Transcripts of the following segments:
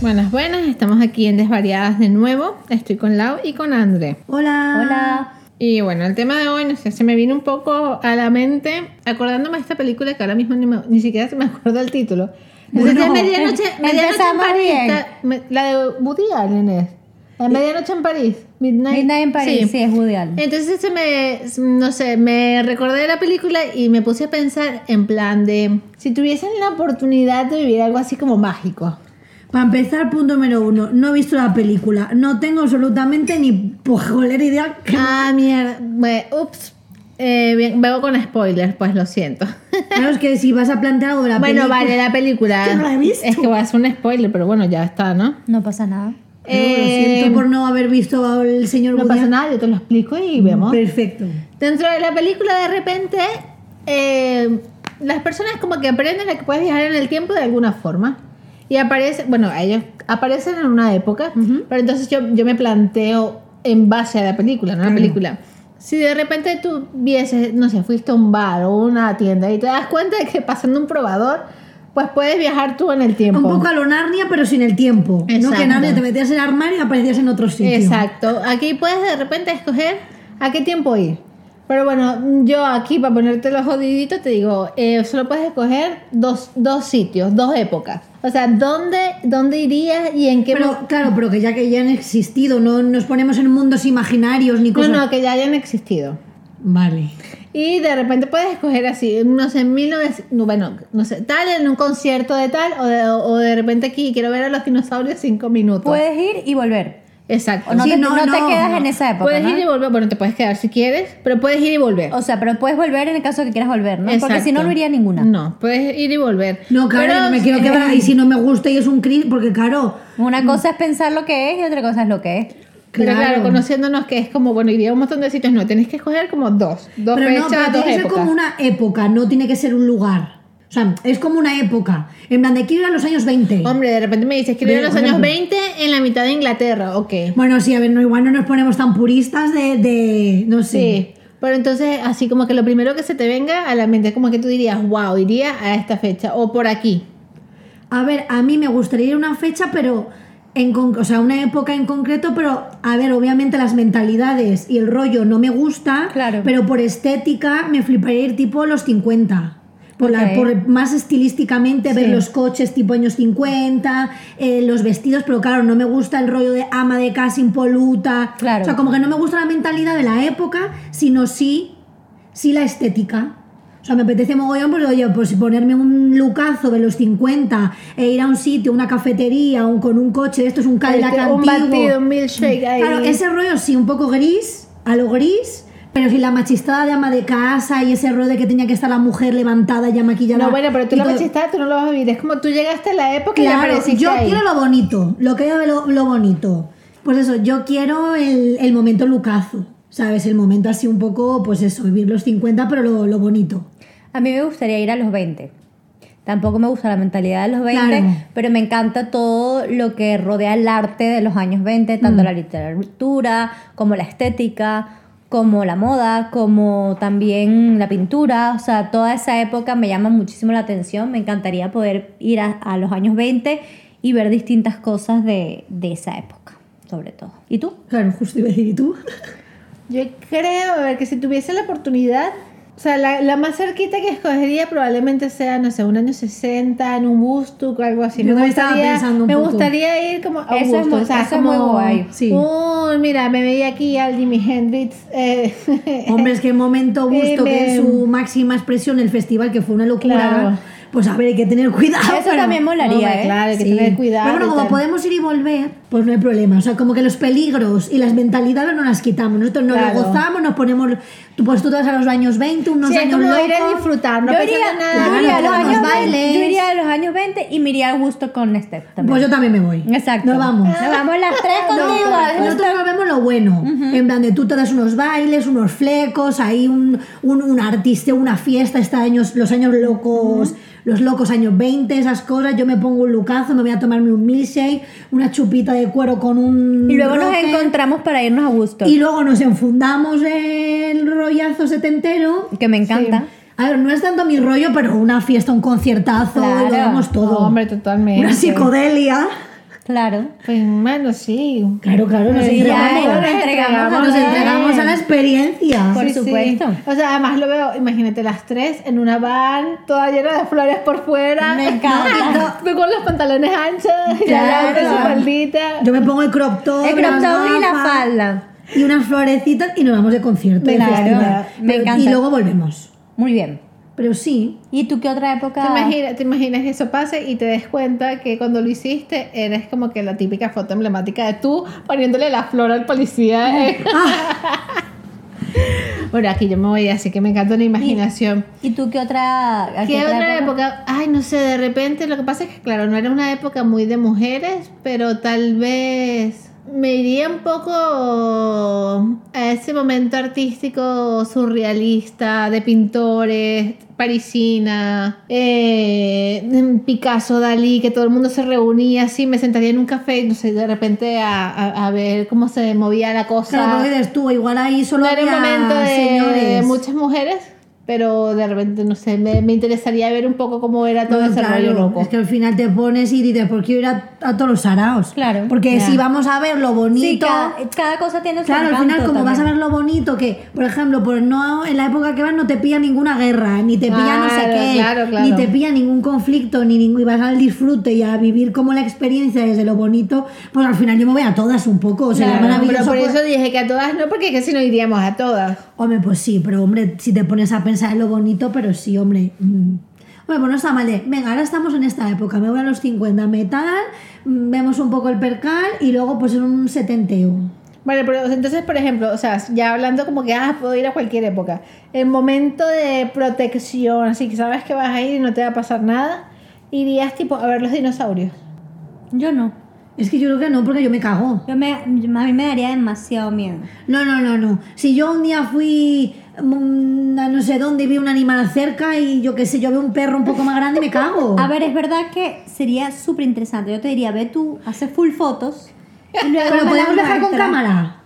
Buenas, buenas, estamos aquí en Desvariadas de nuevo. Estoy con Lau y con André. Hola. Hola. Y bueno, el tema de hoy, no sé, se me vino un poco a la mente acordándome de esta película que ahora mismo ni, me- ni siquiera se me acuerdo el título. No sé si es Bueno, medianoche, em- medianoche en empezamos París. bien. la- me- La de Woody Allen es. La Medianoche en París. Midnight, Midnight en París, sí, es Woody Allen. Entonces se me, no sé, me recordé de la película y me puse a pensar en plan de si tuviesen la oportunidad de vivir algo así como mágico. Para empezar, punto número uno. No he visto la película. No tengo absolutamente ni pojolera idea. que- Ah, mierda. Bueno, ups. Eh, bien, vengo con spoilers, pues lo siento. Claro, es que si vas a plantear algo de la bueno, película. vale, la película. Yo no la he visto. Es que voy a hacer un spoiler, pero bueno, ya está, ¿no? No pasa nada. No, lo siento por no haber visto al señor eh, no Woody pasa nada, yo te lo explico y vemos. Perfecto. Dentro de la película, de repente, eh, las personas como que aprenden a que puedes viajar en el tiempo de alguna forma. Y aparece, bueno, ellos aparecen en una época, pero entonces yo, yo me planteo en base a la película, no a la película. Si de repente tú vieses, no sé, fuiste a un bar o una tienda y te das cuenta de que pasando un probador, pues puedes viajar tú en el tiempo. Un poco a lo Narnia, pero sin el tiempo. No Exacto. que Narnia te metías en el armario y aparecías en otro sitio. Exacto. Aquí puedes de repente escoger a qué tiempo ir. Pero bueno, yo aquí para ponerte los jodiditos te digo, eh, solo puedes escoger dos, dos sitios, dos épocas. O sea, ¿dónde, dónde irías y en qué... Pero claro, pero que ya que ya han existido, no nos ponemos en mundos imaginarios ni no, cosas. no, que ya hayan existido. Vale. Y de repente puedes escoger así, no sé, 1900, no, bueno, no sé, tal en un concierto de tal, o de, o de repente aquí quiero ver a los dinosaurios cinco minutos. Puedes ir y volver. Exacto. O no, Sí, te, no, no te no. quedas en esa época. puedes ¿no? ir y volver, bueno, te puedes quedar si quieres, pero puedes ir y volver. O sea, pero puedes volver en el caso que quieras volver, ¿no? Porque Exacto. Mm. si no, no iría a ninguna. No, puedes ir y volver. No, claro, Pero- eh. me quiero quedar ahí si no me gusta y es un cris, porque claro, Mm. Una cosa es pensar lo que es y otra cosa es lo que es. Pero claro, Claro. conociéndonos que es como, bueno, iría a un montón de sitios, no, tenés que escoger como dos, dos pero no, fechas, pero dos tiene que ser épocas. como una época, no tiene que ser un lugar. O sea, es como una época. En plan, de quiero ir a los años 20. Hombre, de repente me dices, quiero ir a Ve, los por años ejemplo. 20 en la mitad de Inglaterra, ok. Bueno, sí, a ver, no, igual no nos ponemos tan puristas de, de no sé. Sí. Pero entonces, así como que lo primero que se te venga a la mente es como que tú dirías, wow, iría a esta fecha o por aquí. A ver, a mí me gustaría ir a una fecha, pero en con- o sea, una época en concreto, pero a ver, obviamente las mentalidades y el rollo no me gusta, Claro. pero por estética me fliparía ir tipo los 50. Por la- Ok. por- más estilísticamente ver Sí. los coches tipo años 50, eh, los vestidos, pero claro, no me gusta el rollo de ama de casa impoluta. Claro. O sea, como que no me gusta la mentalidad de la época, sino sí sí la estética. O sea, me apetece mogollón, pues oye, pues ponerme un lucazo de los 50 e ir a un sitio, una cafetería, un- con un coche, esto es un Cadillac Este, antiguo. un batido, un milkshake ahí. Claro, ese rollo sí, un poco gris, a lo gris, pero sin la machistada de ama de casa y ese rollo de que tenía que estar la mujer levantada ya maquillada. No, bueno, pero tú Y la todo- machistada tú no lo vas a vivir. Es como tú llegaste a la época y Claro, apareciste yo ahí. quiero lo bonito, lo que yo veo lo, lo bonito. Pues eso, yo quiero el, el momento lucazo, ¿sabes? El momento así un poco, pues eso, vivir los 50, pero lo, lo bonito. A mí me gustaría ir a los 20. Tampoco me gusta la mentalidad de los 20, Claro. pero me encanta todo lo que rodea el arte de los años 20, tanto la literatura como la estética, como la moda, como también la pintura. O sea, toda esa época me llama muchísimo la atención. Me encantaría poder ir a, a los años 20 y ver distintas cosas de, de esa época, sobre todo. ¿Y tú? Claro, justo iba a decir, ¿y tú? Yo creo, a ver, que si tuviese la oportunidad, o sea, la, la más cerquita que escogería probablemente sea, no sé, un año 60, en un busto o algo así. me Yo también estaba gustaría, pensando un me poco. gustaría ir como a un Eso es busto, muy- o sea, eso es muy como, guay, sí. "Uy, mira, me veía aquí al Jimi Hendrix. eh, Hombre, es que el momento gusto, Eh, que me- es su máxima expresión, el festival, que fue una locura. Claro. Pues a ver, hay que tener cuidado. Eso también molaría, Hombre, ¿eh? Claro, hay que Sí. tener cuidado. Pero y bueno, como tal. podemos ir y volver, pues no hay problema. O sea, como que los peligros y las mentalidades no las quitamos. Nosotros nos Claro. lo gozamos, nos ponemos. tú- Pues tú te vas a los años 20, unos Sí, es años como locos. ir a disfrutar, no yo, pensar iría, en nada. yo iría a los Claro, años los 20, bailes. yo iría a los años 20 y me iría a gusto con Steph también. Pues yo también me voy. Exacto. Nos vamos. Ah, Ah, Nos vamos las tres contigo. No, Nos- nosotros nos vemos lo bueno. En plan de tú te das unos bailes, unos flecos, ahí un, un, un artista, una fiesta, está años, los años locos, los locos años 20, esas cosas. Yo me pongo un lucazo, me voy a tomarme un milkshake, una chupita de cuero con un. Y luego nos rocker, encontramos para irnos a gusto. Y luego nos enfundamos el rollazo setentero. Que me encanta. A ver, no es tanto mi rollo, pero una fiesta, un conciertazo, Claro. lo damos todo. No, hombre, totalmente. una psicodelia. Claro. Pues bueno, sí. Claro, claro, nos Sí, ya, entregamos, nos nos entregamos Pues entregamos, a ¿eh? la- a la experiencia. Por supuesto. O sea, además lo veo, imagínate las tres en una van, toda llena de flores por fuera. Me encanta. Tú con los pantalones anchos y la Claro. otra con su faldita. Yo me pongo el crop top, El crop las top y la gafas, falda. Y unas florecitas y nos vamos de concierto. de Claro, festival. me encanta. Y luego volvemos. Muy bien. Pero sí, ¿Y tú qué otra época? ¿Te imaginas, ¿Te imaginas que eso pase y te des cuenta que cuando lo hiciste eres como que la típica foto emblemática de tú poniéndole la flor al policía? eh. Ah, bueno, aquí yo me voy, así que me encanta la imaginación. ¿Y tú qué otra, a ¿Qué otra otra época? Ay, no sé, de repente lo que pasa es que, claro, no era una época muy de mujeres, pero tal vez me iría un poco a ese momento artístico surrealista de pintores, parisina, eh, Picasso, Dalí, que todo el mundo se reunía así, me sentaría en un café, no sé, de repente a, a- a ver cómo se movía la cosa. claro, porque dices tú, igual ahí solo No era un había momento de señores. muchas mujeres, pero de repente, no sé, me, me interesaría ver un poco cómo era todo No, ese claro, rollo loco. Es que al final te pones y dices, ¿por qué ir a, a todos los saraos? Claro. Porque Ya. si vamos a ver lo Sí, bonito. cada, cada cosa tiene su Claro, al encanto final, como vas a también. ver lo bonito, que, por ejemplo, pues no, en la época que vas no te pilla ninguna guerra, ni te pilla no sé Claro, qué, claro, claro. ni te pilla ningún conflicto, ni ningún, y vas al disfrute y a vivir como la experiencia desde lo bonito, pues al final yo me voy a todas un poco, o sea, Claro, pero maravilloso. por pues- eso dije que a todas no, porque es que si no iríamos a todas. Hombre, pues sí, pero hombre, si te pones a pensar en lo bonito, pero sí, hombre. mm. Hombre, pues no está mal de, venga, ahora estamos en esta época, me voy a los 50, metal, mm, vemos un poco el percal y luego pues en un setenteo. Vale, pero entonces, por ejemplo, o sea, ya hablando como que, ah, puedo ir a cualquier época. El momento de protección, así que sabes que vas a ir y no te va a pasar nada, irías tipo a ver los dinosaurios. Yo no. Es que yo creo que no, porque yo me cago. Yo me, a mí me daría demasiado miedo. No, no, no, no. Si yo un día fui mm, a no sé dónde y vi un animal cerca y yo qué sé, yo veo un perro un poco más grande y me cago. A ver, es verdad que sería súper interesante. Yo te diría, ve tú, haces full fotos. y luego ¿Lo me las podemos dejar con muestras. cámara?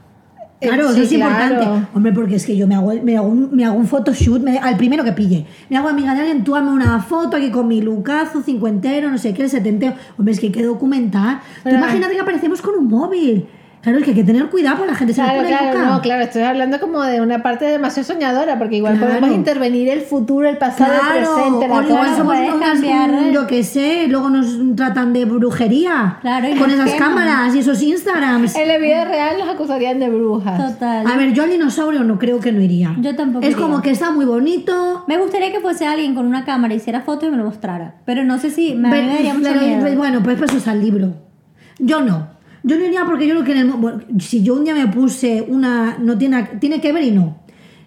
Eh, Claro, sí, eso es claro. importante. Hombre, porque es que yo me hago, me hago, un, me hago un photoshoot me- al primero que pille. Me hago amiga de alguien, tú hazme una foto aquí con mi lucazo, cincuentero, no sé qué, setentero. Hombre, es que hay que documentar. Tú Pero- imagínate que aparecemos con un móvil. Claro, es que hay que tener cuidado porque la gente se le Claro, pone claro, loca. no, claro, estoy hablando como de una parte demasiado soñadora, porque igual Claro. podemos intervenir el futuro, el pasado, Claro, el presente, la o igual cosa. pues. somos puedes unas- cambiar, ¿eh? yo qué sé, luego nos tratan de brujería Claro, Eh, y con nos esas queman. cámaras y esos Instagrams. En la vida real los acusarían de brujas. Total. A ver, yo al dinosaurio no creo que no iría. Yo tampoco Ah. Es iría. como que está muy bonito. Me gustaría que fuese alguien con una cámara, hiciera fotos y me lo mostrara. Pero no sé si me, a mí Pero- me daría mucho pero- miedo. pero bueno, pues pues es al libro. Yo no. Yo no iría porque yo creo que en el, mo- bueno, si yo un día me puse una no tiene tiene que ver y no.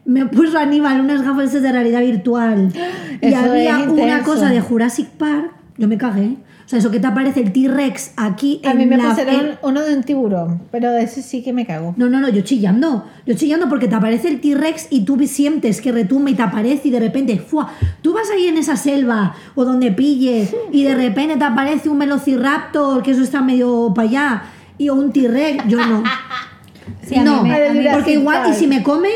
Me puso Aníbal unas gafas de realidad virtual y Eso había es una intenso. cosa de Jurassic Park, yo me cagué. O sea, eso que te aparece el T-Rex aquí A en mí me la- pusieron en- uno de un tiburón, pero de ese sí que me cago. No, no, no, yo chillando. Yo chillando porque te aparece el T-Rex y tú sientes que retumba y te aparece y de repente, ¡fua! Tú vas ahí en esa selva o donde pilles y de repente te aparece un velociraptor, que eso está medio para allá, y o un T-Rex. Yo no. Sí, a mí no, me- a mí me- porque igual, ¿y si me comen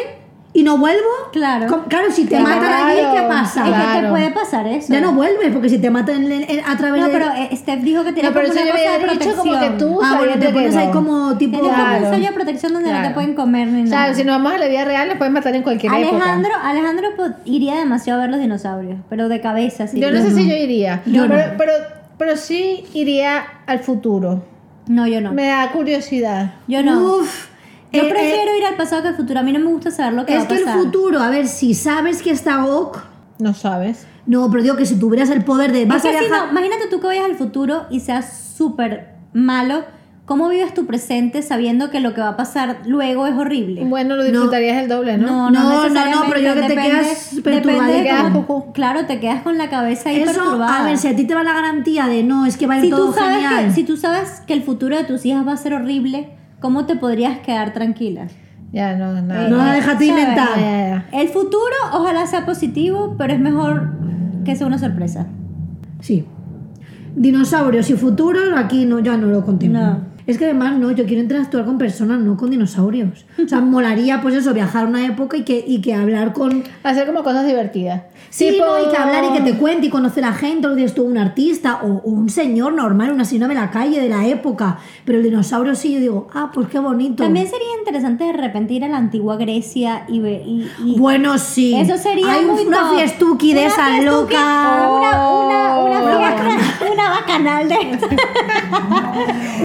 y no vuelvo? Claro. Com- Claro, si te Claro. matan aquí, ¿qué pasa? es que te Claro. puede pasar eso. Ya no vuelves, porque si te matan en- en- a través No, de... pero eh, Steph dijo que tenía pues, No, pero eso como una yo había cosa de dicho protección. como que tú Ah, bueno, sabiendo te que pones ahí no. como tipo... Tienes como un Claro. sello de protección donde no te Claro. pueden comer ni nada. Claro, si nos vamos a la vida real nos pueden matar en cualquier época. Alejandro, Alejandro pues, iría demasiado a ver los dinosaurios, pero de cabeza, sí. Yo no sé si yo iría, Yo no. pero, pero, pero sí iría al futuro. No, yo no. Me da curiosidad. Yo no. Uf, yo eh, eh, prefiero ir al pasado que al futuro. A mí no me gusta saber lo que va Es a que el pasar. futuro, a ver, si sabes que está ok. No sabes. No, pero digo que si tuvieras el poder de. Es Vas que a si viajar. no, imagínate tú que vayas al futuro y seas súper malo. ¿Cómo vives tu presente sabiendo que lo que va a pasar luego es horrible? Bueno, lo disfrutarías el doble, ¿no? No, no, No, no, no, necesariamente, pero yo creo que te depende- quedas depende de perturbadita. cómo- Claro, te quedas con la cabeza ahí Eso, perturbada. a ver, si a ti te va la garantía de no, es que va a ir si tú todo sabes genial. que, si tú sabes que el futuro de tus hijas va a ser horrible, ¿cómo te podrías quedar tranquila? Ya, no, nada. No, déjate ¿Sabes? inventar. Ya, El futuro ojalá sea positivo, pero es mejor que sea una sorpresa. Sí. Dinosaurios y futuros, aquí no, ya no lo contemplo. No. Es que además, no, yo quiero interactuar con personas, no con dinosaurios. O sea, molaría, pues eso, viajar a una época y que, y que hablar con. Hacer como cosas divertidas. Sí, Tipo- no, y que hablar y que te cuente y conocer a gente, lo que es tú, un artista o, o un señor normal, una señora de la calle, de la época. Pero el dinosaurio sí, yo digo, ah, pues qué bonito. También sería interesante de repente ir a la antigua Grecia y ver. Y, y- Bueno, sí. Eso sería Hay un- muy una top. fiestuki de Una esa fiestuki, Oh. loca. Una, una, una, Una fiesta, una bacanal de estas.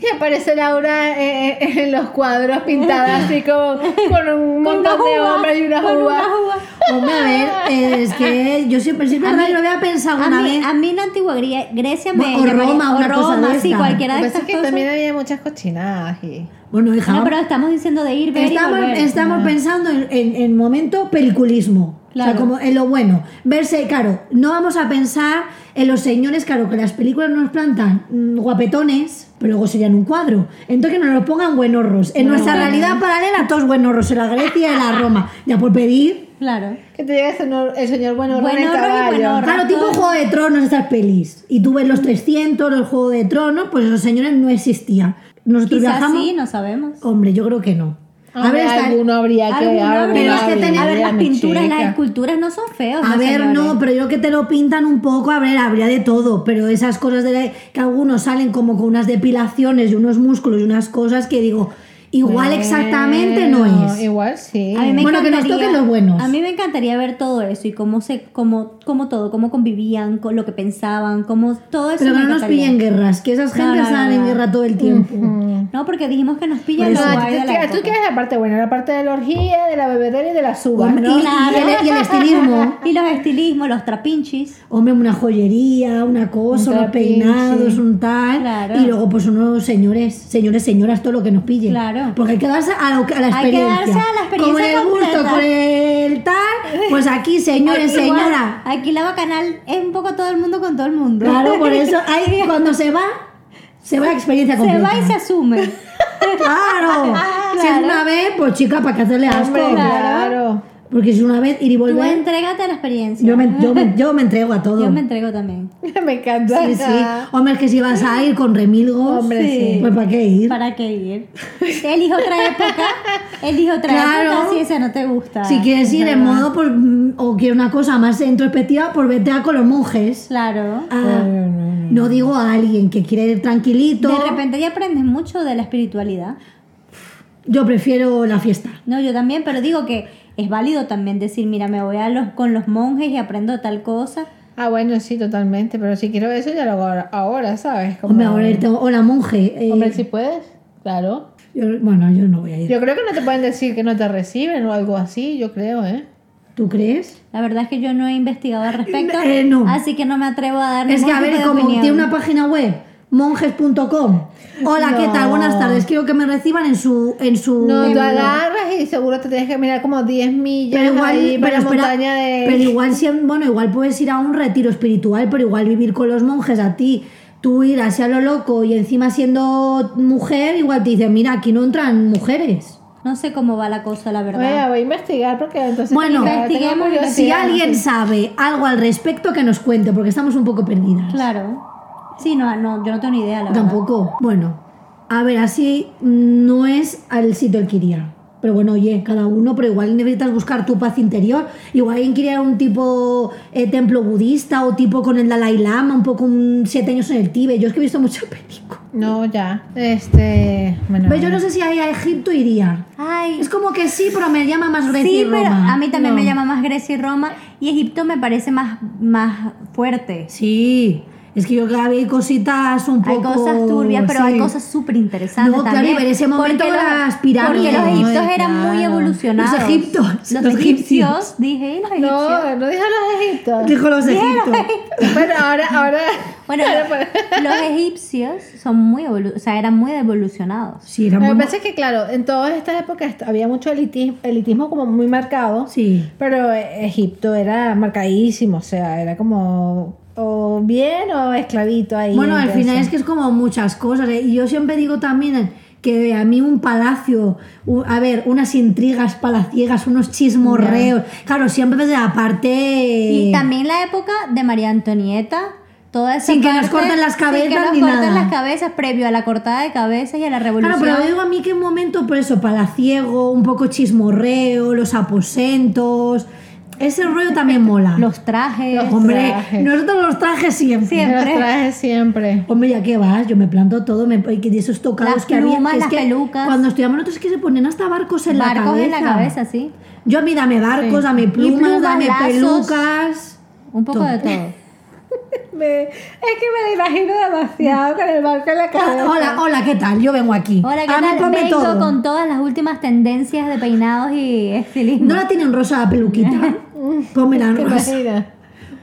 Y aparece Laura eh, eh, en los cuadros pintada así como con un Con una montón de uva, hombres y una con uva. una uva. Hombre, a ver, eh, es que yo siempre, siempre, A verdad, mí- yo lo había pensado A una mí, vez. a mí la antigua Grie- Grecia me. O llamaría- Roma, o una cosa Roma, de esta. sí, Lo cualquiera que de pasa estas es que cosas. también había muchas cochinadas y... Bueno, hija, No, pero estamos diciendo de ir, ver y estamos, volver. estamos pensando en, en, en momento peliculismo. O Claro. sea, como en lo bueno. Verse, claro, no vamos a pensar en los señores, claro, que las películas nos plantan mm, guapetones, pero luego serían un cuadro. Entonces que nos lo pongan buenorros. En nuestra realidad paralela, todos buenorros, en la Grecia y en la Roma. Ya por pedir. Claro. Que te llega el señor, el señor bueno, Buen en horror y caballo. buen horror. Claro, tipo Juego de Tronos, estas pelis. Y tú ves los 300, los Juego de Tronos, pues los señores no existían. Nosotros Quizás viajamos. sí, no sabemos. Hombre, yo creo que no. A ver, está- alguno habría que... Alguno alguno pero es que habría, tenemos- a ver, las mi pinturas, las chica. esculturas no son feos. A los ver, no, señores. pero yo que te lo pintan un poco, a ver, habría de todo, pero esas cosas de la- que algunos salen como con unas depilaciones y unos músculos y unas cosas que digo, igual exactamente no Bueno, es. Igual sí. A mí me Bueno, que nos encantaría- toquen los buenos. A mí me encantaría ver todo eso y cómo se, cómo, cómo todo, cómo convivían, con lo que pensaban, cómo todo eso. Pero me que no nos encantaría. pillen guerras, que esas No, gentes no, no, salen en no. guerra todo el tiempo. No, porque dijimos que nos pillan Por los eso. No, guay de tú, la tú- tú época. quieres la parte buena, la parte de la orgía, de la bebedera y de las uvas, Hombre, ¿no? y- y el- y el estilismo. y los estilismos, los trapinchis. Hombre, una joyería, una cosa, Un unos trapiche. peinados, un tal. Claro. Y luego, pues unos señores, señores, señoras, todo lo que nos pillen. Claro. Porque hay que darse a, lo que- a la Hay que experiencia. darse a la experiencia Con el completa. gusto, con el tal. Pues aquí, señores, Aquí igual, señora. Aquí la bacanal es un poco todo el mundo con todo el mundo. Claro, por eso hay, cuando se va, se va la experiencia Se completa. va y se asume. Claro. Si es Claro. una vez, pues chica, para que hacerle asco. Hombre, claro. Porque si es una vez ir y Tú volver, entrégate a la experiencia. yo me, yo, me, yo me entrego a todo. Yo me entrego también. Me encanta. Sí, sí. Hombre, es que si vas a ir con remilgos, Hombre, sí. pues ¿para qué ir? ¿Para qué ir? Elijo otra época. Elijo otra Claro. época si esa no te gusta. Si quieres ir en modo, pues, mm, o quieres una cosa más introspectiva, pues vete a con los monjes. Claro. Ah, no digo a alguien que quiere ir tranquilito. De repente ya aprendes mucho de la espiritualidad. Yo prefiero la fiesta. No, yo también, pero digo que es válido también decir, mira, me voy a los, con los monjes y aprendo tal cosa. Ah, bueno, sí, totalmente. Pero si quiero eso, ya lo hago ahora- ahora, ¿sabes? Como- Hombre, ahora irte- o la monje. eh, Hombre, si puedes, claro. yo- bueno, yo no voy a ir. Yo creo que no te pueden decir que no te reciben o algo así, yo creo, ¿eh? ¿Tú crees? La verdad es que yo no he investigado al respecto, Eh, no. así que no me atrevo a dar Es que, ningún a tipo ver, de como opinión. tiene una página web, monjes.com. Hola, ¿qué tal? Buenas tardes. Quiero que me reciban en su... En su No, tú templo. agarras y seguro te tienes que mirar como 10 millas pero igual, ahí para pero la espera, montaña de... pero igual si- bueno, igual puedes ir a un retiro espiritual, pero igual vivir con los monjes a ti, tú ir hacia lo loco y encima siendo mujer, igual te dicen, mira, aquí no entran mujeres. No sé cómo va la cosa, la verdad. Oye, voy a investigar porque entonces... Bueno, Mira, tengo investiguemos, curiosidad, Si no sé. alguien sabe algo al respecto, que nos cuente, porque estamos un poco perdidas. Claro. Sí, no, no, yo no tengo ni idea, la Tampoco. Bueno, a ver, así mm, no es al sitio el que iría. Pero bueno, oye, cada uno, pero igual necesitas buscar tu paz interior. Igual alguien quiere ir a un tipo eh, templo budista o tipo con el Dalai Lama, un poco un siete años en el Tíbet. Yo es que he visto muchas películas. No, ya. Este... Bueno, Pero yo no sé si ahí a Egipto iría. verdad. Ay, Es como que sí, pero me llama más Grecia sí, y pero Roma. a mí también No. me llama más Grecia y Roma y Egipto me parece más, más fuerte. Sí, es que yo creo que hay cositas un Hay poco... cosas turbias, pero hay sí. cosas súper interesantes. No, claro, también. y ver ese momento Porque de los- las pirámides. Porque los egipcios Ay, eran muy claro. evolucionados. Los egiptos, Los, los egipcios, egipcios. dije, ¿y los egipcios. No, no dije los egipcios. Dijo los egipcios. bueno, ahora, ahora... Bueno, pues. lo- los egipcios son muy evolu- o sea, eran muy evolucionados. Sí, era Lo muy... que pasa es que, claro, en todas estas épocas est- había mucho elitismo, elitismo como muy marcado, Sí. pero eh, Egipto era marcadísimo, o sea, era como o bien o esclavito ahí. Bueno, al entonces. final es que es como muchas cosas. ¿eh? Y yo siempre digo también que a mí un palacio, u- a ver, unas intrigas palaciegas, unos chismorreos, claro, siempre desde la parte... Y también la época de María Antonieta, toda esa Sin que nos parte- corten las cabezas Sin que nos ni corten nada. las cabezas previo a la cortada de cabezas y a la Claro, revolución. pero digo a mí que un momento, por eso, palaciego, un poco chismorreo, los aposentos. Ese rollo también mola. Los trajes. Los Hombre, trajes. nosotros los trajes siempre. Me Siempre. los traje siempre. Hombre, ya que vas, yo me planto todo, me, y que de esos tocados Las que había, plumas, que es las que pelucas. Cuando estudiamos nosotros es que se ponían hasta barcos en la barcos cabeza. en la cabeza, sí. Yo a mí dame barcos, Sí. dame plumas, plumas, dame lazos. pelucas. Un poco Todo. de todo. Me- es que me lo imagino demasiado con el barco en la cabeza. Hola, hola, ¿qué tal? Yo vengo aquí. Hola, ¿qué a mí tal? ponme Vengo todo. con todas las últimas tendencias de peinados y estilismo. No la tienen rosa la peluquita. Ponme la ¿Te rosa. imaginas?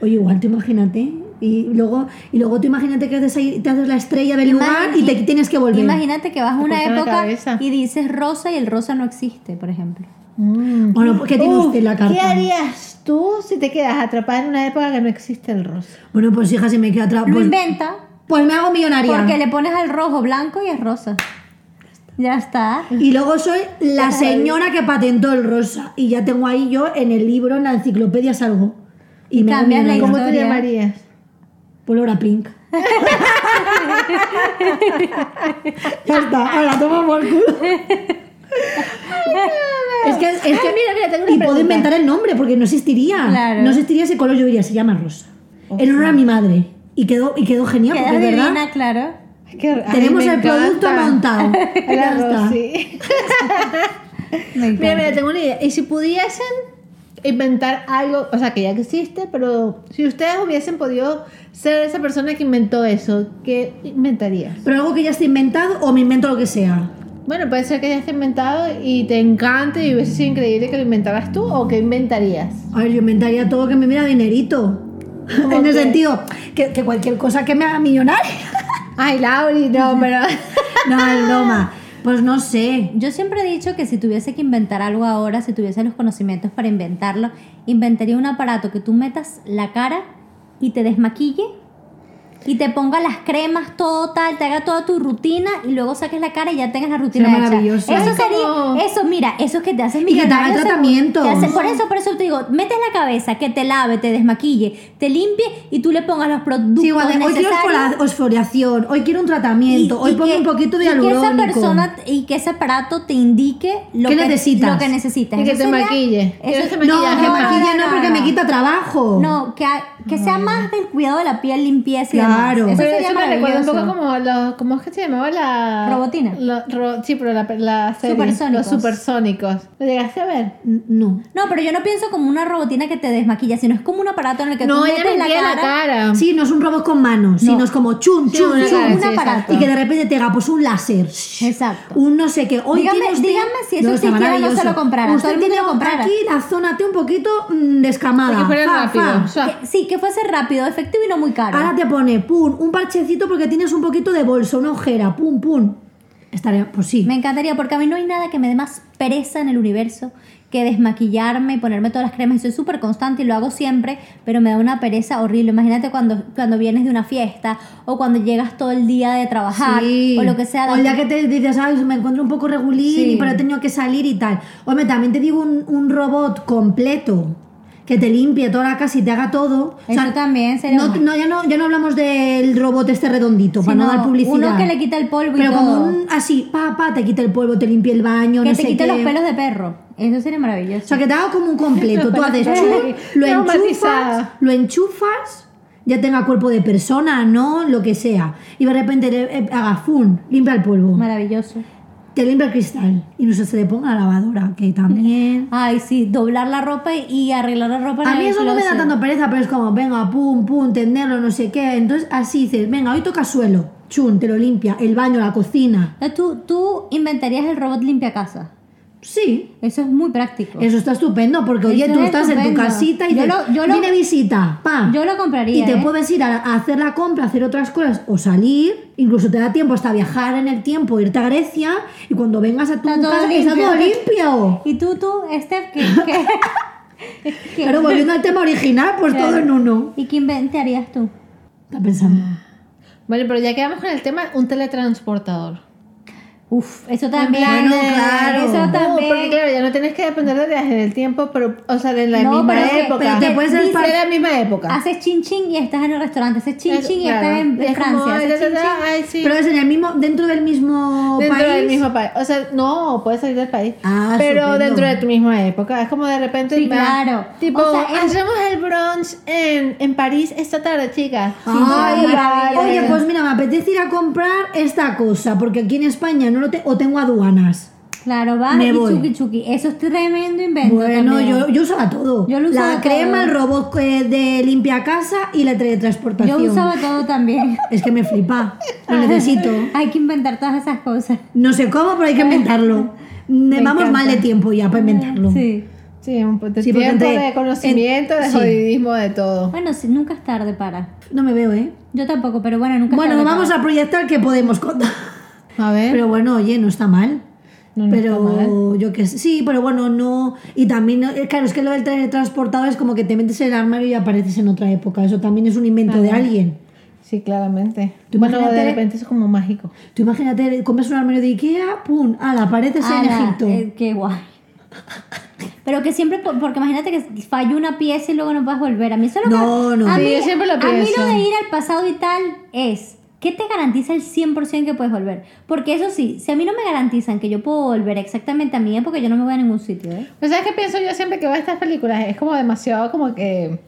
Oye, igual tú imagínate. Y luego, y luego tú imagínate que haces ahí- te haces la estrella del Imagina- lugar y te tienes que volver. Imagínate que vas a una cortan la época cabeza. y dices rosa y el rosa no existe, por ejemplo. Mm. Bueno, pues, ¿qué tiene Uf, usted en la carta? ¿Qué harías tú si te quedas atrapada en una época que no existe el rosa? Bueno, pues hija, si me queda atrás. Lo Pues, inventa pues me hago millonaria. porque le pones al rojo blanco y es rosa. Ya está. Y luego soy la señora que patentó el rosa. Y ya tengo ahí yo en el libro, en la enciclopedia salgo. Y me hago Cambias la millonaria. ¿Cómo te Historia. llamarías? Por Laura Pink. ya está, ahora toma por culo. es que, es que Ay, mira, mira, tengo una y puedo pregunta. inventar el nombre porque no existiría. Claro. No existiría ese color, yo diría, se llama rosa. En honor a mi madre. Y quedó, y quedó genial, Quedas porque es verdad. divina, claro. Es que a mí Tenemos me el producto encanta. montado. El Ya arroz, está. sí. Me Mira, encanta. mira, tengo una idea. ¿Y si pudiesen inventar algo, o sea, que ya existe, pero si ustedes hubiesen podido ser esa persona que inventó eso, ¿qué inventarías? Pero algo que ya está inventado o me invento lo que sea. Bueno, puede ser que ya esté inventado y te encante y hubiese sido increíble que lo inventaras tú o que inventarías. A ver, yo inventaría todo que me diera dinerito. ¿Cómo en el qué? sentido que, que cualquier cosa que me haga millonaria. Ay, Lauri, no, pero... No, es broma. Pues no sé. Yo siempre he dicho que si tuviese que inventar algo ahora, si tuviese los conocimientos para inventarlo, inventaría un aparato que tú metas la cara y te desmaquille y te ponga las cremas, todo tal, te haga toda tu rutina y luego saques la cara y ya tengas la rutina Sería hecha. maravilloso. Eso Es como- sería, eso mira, eso es que te haces que te haga millonario, seguro. tratamientos. Te hace- por eso, por eso te digo, metes la cabeza, que te lave, te desmaquille, te limpie y tú le pongas los productos Sí, igual de, hoy quiero necesarios esfola- esfoliación, hoy quiero un tratamiento, hoy pongo que- un poquito de y que esa hialurónico. persona y que ese aparato te indique lo ¿Qué que necesitas? lo que necesitas. Y que Eso te sería- maquille. Quiero ese Eso, No, maquillaje que No, maquilla no, no, porque no. me quita trabajo. no, que, ha- que sea más del cuidado de la piel, limpieza y Claro. demás. Pero Eso sería eso me recuerda un maravilloso. poco como los, ¿cómo es que se llamaba la Robotina. Lo- ro- sí, pero la, la serie, Supersónicos. los supersónicos. ¿Lo llegaste a ver? N- No. No, pero yo no pienso como una robotina que te desmaquilla, sino es como un aparato en el que No, tú ella metes la metía cara, la cara. Sí, no es un robot con manos, sino es como chun, Sí, chun, una chun. cara, un sí, aparato. Y que de repente te haga pues un láser. Exacto. Un no sé qué. Hoy Dígame- tiene usted- dígame está si eso existiera, no se maravilloso. lo comprara, todo Usted el mundo tiene lo comprara. aquí la zona T un poquito mm, descamada. Que fuera Fa, rápido. fa. O sea, que- sí, que fuese rápido, efectivo y no muy caro. Ahora te pone, pum, un parchecito porque tienes un poquito de bolso, una ojera, pum, pum. Estaría, pues sí. Me encantaría, porque a mí no hay nada que me dé más pereza en el universo que desmaquillarme y ponerme todas las cremas. Y Soy súper constante y lo hago siempre, pero me da una pereza horrible. Imagínate cuando, cuando vienes de una fiesta o cuando llegas todo el día de trabajar Sí. o lo que sea. O el día da- que te dices, ay, me encuentro un poco regulín, Sí. pero he tenido que salir y tal. Hombre, también te digo un, un robot completo que te limpie toda la casa y te haga todo. O Eso sea, también sería no, una- no, ya no, ya no hablamos del robot este redondito, para sino no dar publicidad. Uno que le quita el polvo y Pero todo. como un así, pa, pa, te quita el polvo, te limpia el baño, que no te sé quite qué. los pelos de perro. Eso sería O maravilloso. sea, que te haga como un completo. Tú haces Pero chun, lo enchufas, traumatizada. lo enchufas, ya tenga cuerpo de persona, no, lo que sea. Y de repente le, eh, haga fun, limpia el polvo, Maravilloso. te limpia el cristal y no se, se le ponga la lavadora, que también. Ay, sí, doblar la ropa y arreglar la ropa. en A mí el eso no me da closet. tanto pereza, pero es como, venga, pum, pum, tenderlo, no sé qué. Entonces así dices, venga, hoy toca suelo, chun, te lo limpia, el baño, la cocina. Entonces, Tú, tú inventarías el robot limpia casa. Sí, Eso es muy práctico. Eso está estupendo, porque oye, Eso tú es estás en tu estupendo. casita y Yo te lo- yo lo- viene visita, pa. yo lo compraría, Y te ¿eh? puedes ir a, a hacer la compra, a hacer otras cosas o salir. Incluso te da tiempo hasta viajar en el tiempo, irte a Grecia y cuando vengas a tu Está todo casa está limpio. todo limpio. Y tú, tú, Steph, que... que- que- Pero volviendo al tema original, pues todo en uno. ¿Y qué inventarías tú? Está pensando. Ah. Bueno, pero ya quedamos con el tema, un teletransportador. Uf, eso también. Bueno, claro. Eso No, también. porque claro, ya no tenés que depender de viajes en el tiempo, pero, o sea, de la No, misma pero es que- época. pero te puedes de hacer parte- la misma época. Haces chin chin y estás en el restaurante. Haces chin Es- chin y claro. estás en, Es en como, Francia. ay, Haces ta, chin, ta, ta, chin. ay, sí. Pero es en el mismo, dentro del mismo dentro país. del mismo país. O sea, no, puedes salir del país. Ah, pero estupendo. dentro de tu misma época. Es como de repente. Sí, va, claro. Tipo, O ah, sea, es- hacemos el brunch en, en París esta tarde, chicas. Ay, Sí, Ah, vale. vale. Oye, pues mira, me apetece ir a comprar esta cosa, porque aquí en España no lo te- o tengo aduanas. Claro, va Me y voy. chuki chuki. Eso es tremendo invento. Bueno, también. yo, yo usaba todo. Yo la lo usaba crema, todo. el robot eh, de limpia casa y la teletransportación. Yo usaba todo también. Es que me flipa. Lo necesito. Hay que inventar todas esas cosas. No sé cómo, pero hay que inventarlo. Me Vamos encanta. mal de tiempo ya para inventarlo. Sí. Sí, un po- de Sí, porque tiempo, entre- de conocimiento, de en- sí. jodidismo, de todo. Bueno, sí, nunca es tarde para. No me veo, ¿eh? Yo tampoco, pero bueno, nunca es Bueno, tarde vamos a proyectar que podemos contar. A ver. Pero bueno, oye, no está mal. No, no pero está yo qué sé, sí, pero bueno, no. Y también, eh, claro, es que lo del teletransportado es como que te metes en el armario y apareces en otra época. Eso también es un invento de alguien. Sí, claramente. Tú Bueno, de imagínate- repente es como mágico. Tú imagínate, compras un armario de Ikea, pum, ala, apareces en Ala, Egipto. eh, qué guay. Pero que siempre, po- porque imagínate que falló una pieza y luego no puedes volver. A mí solo No, no. a Sí, mí, yo siempre lo a mí pienso. lo de ir al pasado y tal es, ¿qué te garantiza el 100% que puedes volver? Porque eso sí, si a mí no me garantizan que yo puedo volver exactamente a mi época, yo no me voy a ningún sitio, ¿eh? Pues sabes qué pienso yo siempre que veo estas películas, es como demasiado como que...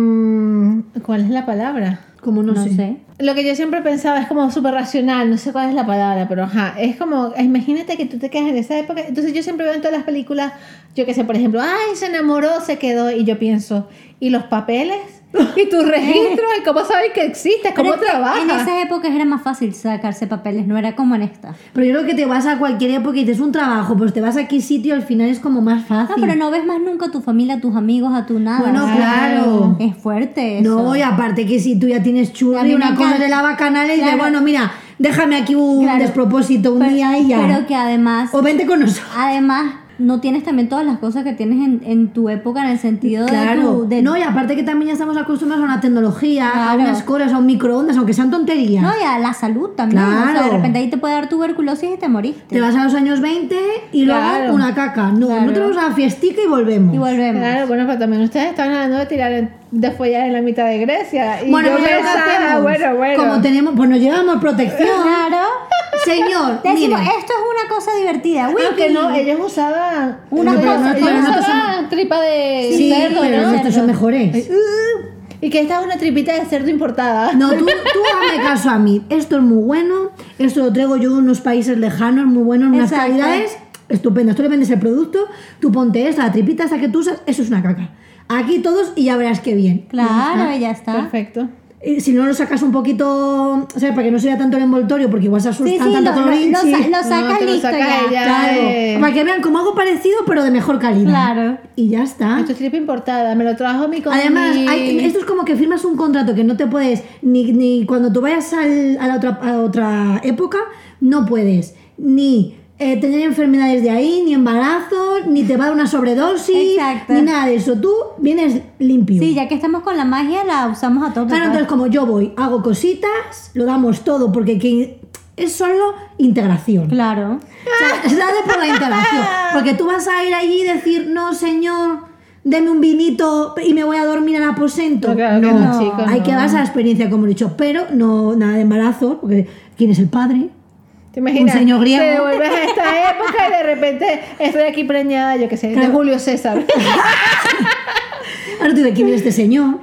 mm, ¿Cuál es la palabra? Como no, No sé. sé. Lo que yo siempre pensaba es como súper racional, no sé cuál es la palabra, pero ajá, es como, imagínate que tú te quedas en esa época, entonces yo siempre veo en todas las películas, yo que sé, por ejemplo, ay, se enamoró, se quedó, y yo pienso, ¿y los papeles? ¿Y tus registros? ¿Y cómo sabes que existes? ¿Cómo Pero es que trabajas? En esas épocas era más fácil sacarse papeles, no era como en esta. Pero yo creo que te vas a cualquier época y dices un trabajo, pues te vas a qué sitio, al final es como más No, fácil. Ah, pero no ves más nunca a tu familia, a tus amigos, a tu nada. Bueno, Ah, claro. Es fuerte eso. No, y aparte que si tú ya tienes A churro y mí me una cosa encanta. de lava canales, y dices, Claro. bueno, mira, déjame aquí un Claro. despropósito un Pero- día y ya. Pero que además, O vente con nosotros. además, no tienes también todas las cosas que tienes en, en tu época en el sentido de, Claro. tu, de- No, y aparte que también ya estamos acostumbrados a una tecnología, a Claro. unas cosas, a un microondas, aunque sean tonterías. no, y a la salud también. O sea, Claro. de repente ahí te puede dar tuberculosis y te moriste. Te vas a los años 20 y Claro. luego una caca. No, no tenemos una fiestica y volvemos. Y volvemos. Claro, bueno, pero también ustedes están hablando de tirar, en- de follar en la mitad de Grecia. Y Bueno, yo pues ya lo pensaba, hacemos. bueno, bueno. Como tenemos, pues nos llevamos protección. Claro. Señor, Te decimos, mire. esto es una cosa divertida. Wiki. Ah, Aunque Ah, no, ellos usaban Una ellos cosa, usaban- pero ellos nosotros usaban tripa de Sí, cerdo, pero ¿no? nuestros son mejores. uh. Y que esta es una tripita de cerdo importada. No, tú, tú hazme caso a mí. Esto es muy bueno. Esto lo traigo yo de unos países lejanos, muy buenos, unas Exacto. calidades estupendas. Tú le vendes el producto, tú ponte esta, la tripita esta que tú usas, eso es una caca. Aquí todos y ya verás qué bien. Claro, y ya está. Perfecto. Y Eh, si no lo sacas un poquito, ¿sabes? Para que no se vea tanto el envoltorio, porque igual se Sí, asustan sí, lo, tanto con lo- lo sa- Orinchi. lo sacas No, te lo listo sacas ya. ya. Claro. Eh. Para que vean como algo parecido, pero de mejor calidad. Claro. Y ya está. Esto es Ah. tripa importada, me lo trajo mi con Además, mi- hay- esto es como que firmas un contrato que no te puedes, ni, ni cuando tú vayas al- a, la otra, a otra época, no puedes ni eh, tener enfermedades de ahí, ni embarazos, ni te va a dar una sobredosis, Exacto. ni nada de eso. Tú vienes limpio. Sí, ya que estamos con la magia, la usamos a tope. Claro, pues. entonces como yo voy, hago cositas, lo damos todo, porque que- es solo integración. Claro. O sea, se hace por la integración. Porque tú vas a ir allí y decir, no, señor, deme un vinito y me voy a dormir al aposento. No, claro que no, chicos, Hay no. que darse la experiencia, como he dicho. Pero no nada de embarazo, porque ¿quién es el padre? ¿Te imaginas? un señor griego. Te vuelves a esta época y de repente estoy aquí preñada, yo qué sé, de Claro. Julio César. Ahora tú de quién es este señor,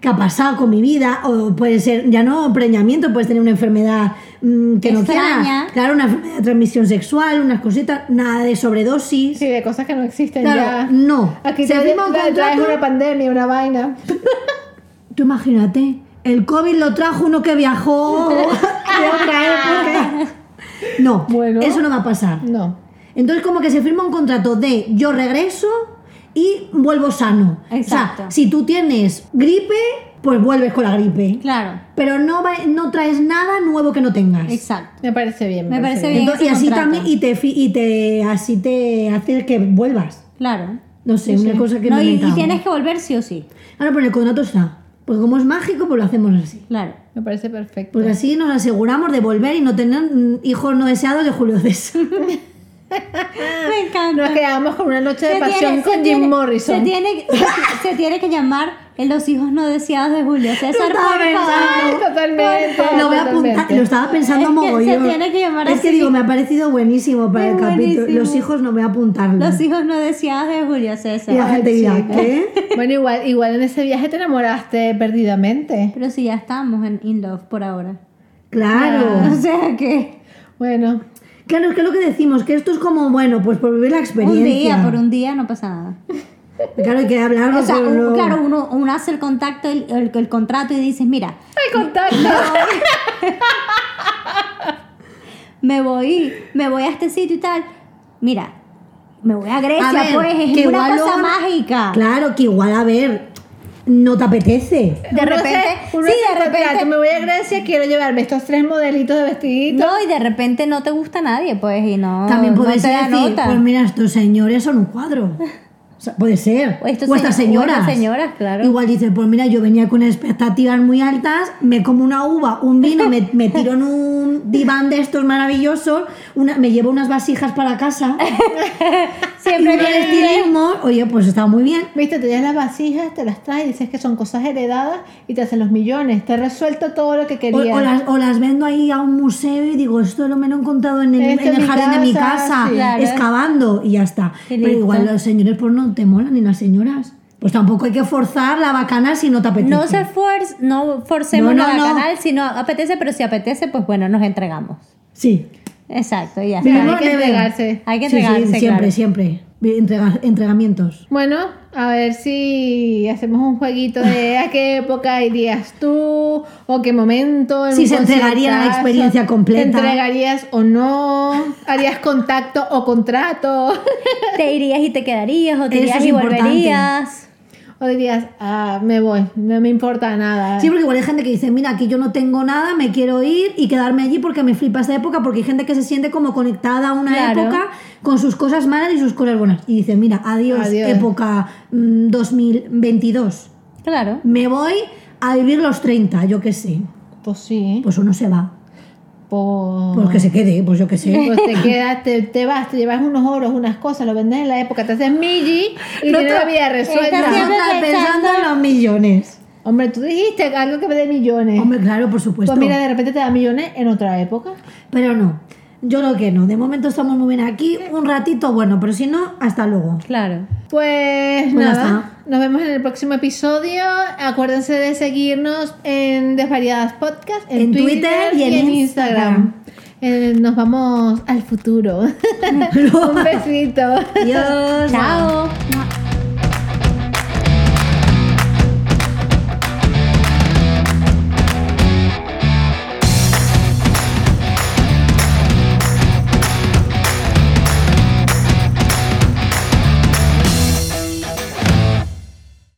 qué ha pasado con mi vida, o puede ser, ya no preñamiento, puedes tener una enfermedad mm, que no Extraña. quieras. Claro, una enfermedad de transmisión sexual, unas cositas, nada de sobredosis. Sí, de cosas que no existen Claro, ya. no. Aquí Se te firma un traes contrato. una pandemia, una vaina. Tú imagínate, el COVID lo trajo uno que viajó de otra época. No, Bueno. eso no va a pasar. No. Entonces como que se firma un contrato de yo regreso y vuelvo sano. Exacto. O sea, si tú tienes gripe, pues vuelves con la gripe. Claro. Pero no, va- no traes nada nuevo que no tengas. Exacto. Me parece bien. Me parece bien. Entonces, y ese así contrato. también, y te, fi- y te así te hace que vuelvas. Claro. No sé, una cosa que No, me he y, y inventado. tienes que volver sí o sí. Ahora, pero el contrato está. Porque como es mágico, pues lo hacemos así. Claro. Me parece perfecto. Porque así nos aseguramos de volver y no tener mm, hijos no deseados de Julio César. Ah, Me encanta. Nos quedamos con una noche de Se pasión tiene- se con tiene- Jim Morrison. Se tiene, se- se tiene que llamar en Los hijos no deseados de Julio César. estaba por Ay, favor. Ah, totalmente. Lo voy a totalmente. apuntar, lo estaba pensando Es que se mogollón. tiene que llamar es que así. digo, me ha parecido buenísimo para Es el capítulo. buenísimo. Los hijos no voy a apuntarlo. Los hijos no deseados de Julio César. Y la gente dirá, chica. ¿qué? Bueno, igual, igual en ese viaje te enamoraste perdidamente. Pero si ya estamos en In Love por ahora. Claro. O sea que Bueno, Claro, es que lo que decimos, que esto es como, bueno, pues por vivir la un experiencia. día, por un día no pasa nada. Claro, hay que hablarlo, O sea, pero un- no- claro, uno, uno hace el contacto, el, el- el contrato y dices, mira, el contacto. me voy, me voy a este sitio y tal. Mira, me voy a Grecia, A ver, pues es que una igual cosa luego- mágica. Claro, que igual, a ver, no te apetece. Uno De repente, se- uno sí, hace de el contrato, repente. Me voy a Grecia, quiero llevarme estos tres modelitos de vestidito. No, y de repente no te gusta nadie, pues, y no. También no puede te ser da decir, nota. pues mira, estos señores son un cuadro. O sea, puede ser. O estos o estas se- o señoras. estas señoras, claro. Igual dices, pues mira, yo venía con expectativas muy altas, me como una uva, un vino, me, me tiro en un diván de estos maravillosos, una, me llevo unas vasijas para casa. Siempre y me viene estilismo. Oye, pues está muy bien. Viste, te llevas las vasijas, te las traes y dices que son cosas heredadas y te hacen los millones. Te he resuelto todo lo que O, querías. o las, o las vendo ahí a un museo y digo, esto lo me lo he encontrado en el, Esto en en el mi jardín de mi casa, casa, sí. Claro. excavando y ya está. Y Pero listo. igual los señores pues no te molan ni las señoras. Pues tampoco hay que forzar la bacana si no te apetece. No se force, no forcemos No, no, nada no. canal, si no apetece, pero si apetece, pues bueno, nos entregamos. Sí, Exacto, y ya Pero está. hay que Deben. entregarse. Hay que Sí, sí, entregarse, siempre, claro. siempre. Entrega- entregamientos. Bueno, a ver si hacemos un jueguito de a qué época irías tú o qué momento. en Si un se entregaría la conciertazo, experiencia completa. ¿Te entregarías o no? ¿Harías contacto o contrato? Te irías y te quedarías, o te Eso irías es y importante. volverías. ¿O dirías, ah, me voy, no me importa nada? Sí, porque igual hay gente que dice, mira, aquí yo no tengo nada, me quiero ir y quedarme allí porque me flipa esta época, porque hay gente que se siente como conectada a una Claro. época con sus cosas malas y sus cosas buenas. Y dice, mira, adiós, Adiós. época mm, 2022. Claro. Me voy a vivir los 30, yo qué sé. Pues sí. Pues uno se va. Pues, Pues que se quede, pues yo qué sé. pues te quedas, te, te vas, te llevas unos oros, unas cosas, lo vendes en la época, te haces milli y No tienes te- la vida resuelta. Estás Estás siempre pensando en pensando- los millones. Hombre, tú dijiste algo que me dé millones. Hombre, claro, por supuesto. pues mira, de repente te da millones en otra época. Pero no, yo creo que no. De momento estamos muy bien aquí, un ratito bueno, pero si no, hasta luego. Claro. Pues Pues ya nada, nos vemos en el próximo episodio. Acuérdense de seguirnos en Desvariadas Podcast, en, En Twitter, Twitter y en Instagram. Eh, nos vamos al futuro. Un besito. Adiós. Chao.